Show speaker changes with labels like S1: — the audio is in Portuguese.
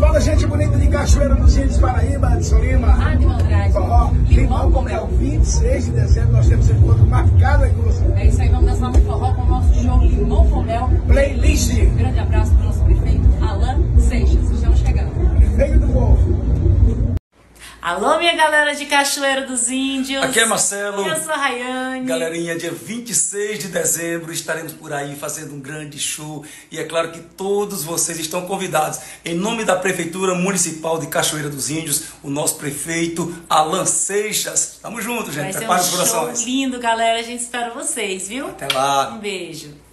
S1: Toda gente bonita de Cachoeira dos Índios, Paraíba, Edson Lima.
S2: Animal Andrade.
S1: Forró, Limão, como é o 26 de dezembro, nós temos esse encontro marcado aí com você.
S2: É isso aí, vamos dançar muito forró com o nosso show Limão com Mel.
S1: Playlist,
S2: Grande abraço para o nosso prefeito Alan Seixas. Estamos chegando.
S1: Prefeito do Povo.
S3: Alô, minha galera de Cachoeiro dos Índios.
S4: Aqui é Marcelo.
S3: Eu sou a Rayane.
S4: Galerinha, dia 26 de dezembro estaremos por aí fazendo um grande show e é claro que todos vocês estão convidados. Em nome da Prefeitura Municipal de Cachoeira dos Índios, o nosso prefeito Alan Seixas. Tamo junto, gente.
S3: Vai ser
S4: Prepara
S3: um
S4: os
S3: show
S4: corações.
S3: lindo, galera. A gente espera vocês, viu?
S4: Até lá.
S3: Um beijo.